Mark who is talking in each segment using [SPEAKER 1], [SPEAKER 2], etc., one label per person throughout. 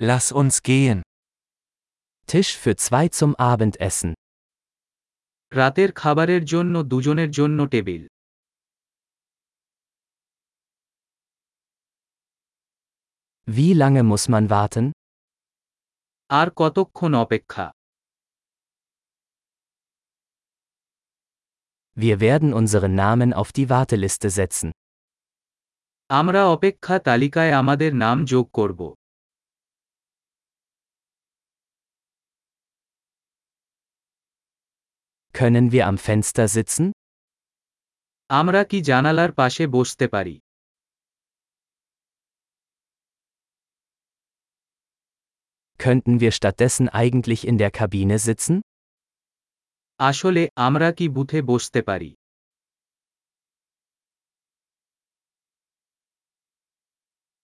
[SPEAKER 1] Lass uns gehen. Tisch für zwei zum Abendessen.
[SPEAKER 2] রাতের খাবারের জন্য দুজনের জন্য টেবিল
[SPEAKER 1] Wie lange muss man warten?
[SPEAKER 2] আর কতক্ষণ অপেক্ষা
[SPEAKER 1] Wir werden unseren Namen auf die Warteliste setzen.
[SPEAKER 2] আমরা অপেক্ষা তালিকায় আমাদের নাম যোগ করব
[SPEAKER 1] Können wir am Fenster sitzen?
[SPEAKER 2] আমরা কি জানালার পাশে বসতে পারি
[SPEAKER 1] Könnten wir stattdessen eigentlich in der Kabine sitzen?
[SPEAKER 2] আসলে আমরা কি বুথে বসতে পারি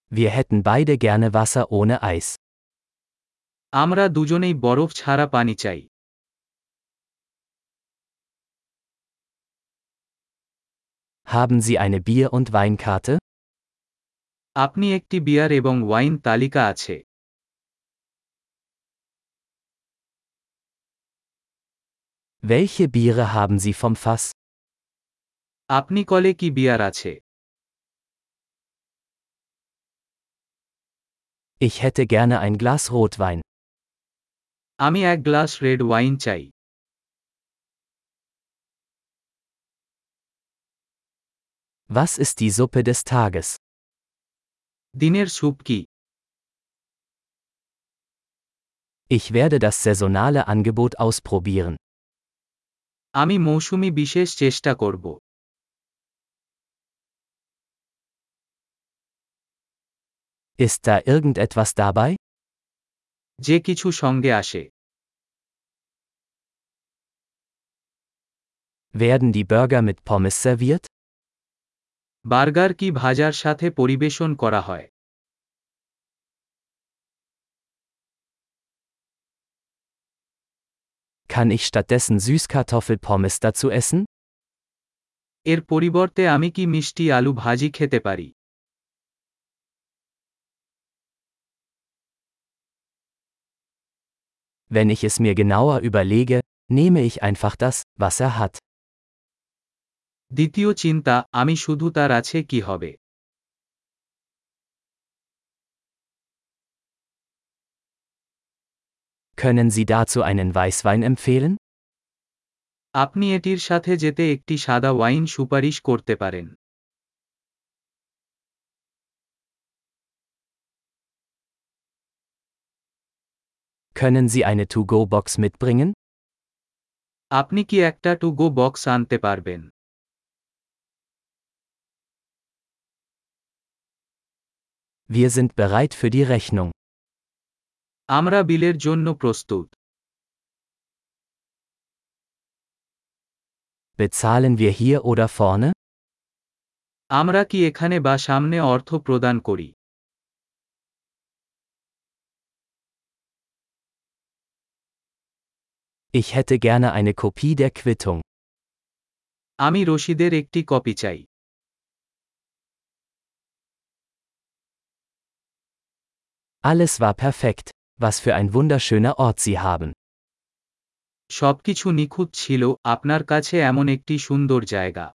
[SPEAKER 1] Wir hätten beide gerne Wasser ohne Eis.
[SPEAKER 2] আমরা দুজনেই বরফ ছাড়া পানি চাই
[SPEAKER 1] Haben Sie eine Bier- und Weinkarte?
[SPEAKER 2] আপনি একটি বিয়ার এবং ওয়াইন তালিকা আছে
[SPEAKER 1] Welche Biere haben Sie vom Fass?
[SPEAKER 2] আপনি কলে কি বিয়ার আছে
[SPEAKER 1] Ich hätte gerne ein Glas Rotwein.
[SPEAKER 2] আমি এক গ্লাস রেড ওয়াইন চাই
[SPEAKER 1] Was ist die Suppe des Tages?
[SPEAKER 2] দিনের স্যুপ কি
[SPEAKER 1] Ich werde das saisonale Angebot ausprobieren.
[SPEAKER 2] আমি মৌসুমি বিশেষ চেষ্টা করব
[SPEAKER 1] Ist da irgendetwas dabei?
[SPEAKER 2] যে কিছু সঙ্গে আসে
[SPEAKER 1] Werden die Burger mit Pommes serviert?
[SPEAKER 2] বার্গার কি ভাজার সাথে পরিবেশন করা হয়
[SPEAKER 1] Kann ich stattdessen Süßkartoffelpommes dazu essen?
[SPEAKER 2] এর পরিবর্তে আমি কি মিষ্টি আলু ভাজি খেতে পারি
[SPEAKER 1] Wenn ich es mir genauer überlege, nehme ich einfach das, was er hat.
[SPEAKER 2] দ্বিতীয় চিন্তা আমি শুধু তার আছে কি হবে
[SPEAKER 1] Können Sie dazu einen Weißwein empfehlen?
[SPEAKER 2] আপনি এটির সাথে যেতে একটি সাদা ওয়াইন সুপারিশ করতে পারেন
[SPEAKER 1] Können Sie eine To-Go-Box mitbringen?
[SPEAKER 2] আপনি কি একটা টু গো বক্স আনতে পারবেন
[SPEAKER 1] Wir sind bereit für die Rechnung.
[SPEAKER 2] আমরা বিলের জন্য প্রস্তুত
[SPEAKER 1] Bezahlen wir hier oder vorne?
[SPEAKER 2] আমরা কি এখানে বা সামনে অর্থ প্রদান করি
[SPEAKER 1] Ich hätte gerne eine Kopie der Quittung.
[SPEAKER 2] আমি রসিদের একটি কপি চাই
[SPEAKER 1] Alles war perfekt. Was für ein wunderschöner Ort Sie haben.
[SPEAKER 2] সবকিছু নিখুঁত ছিল আপনার কাছে এমন একটি সুন্দর জায়গা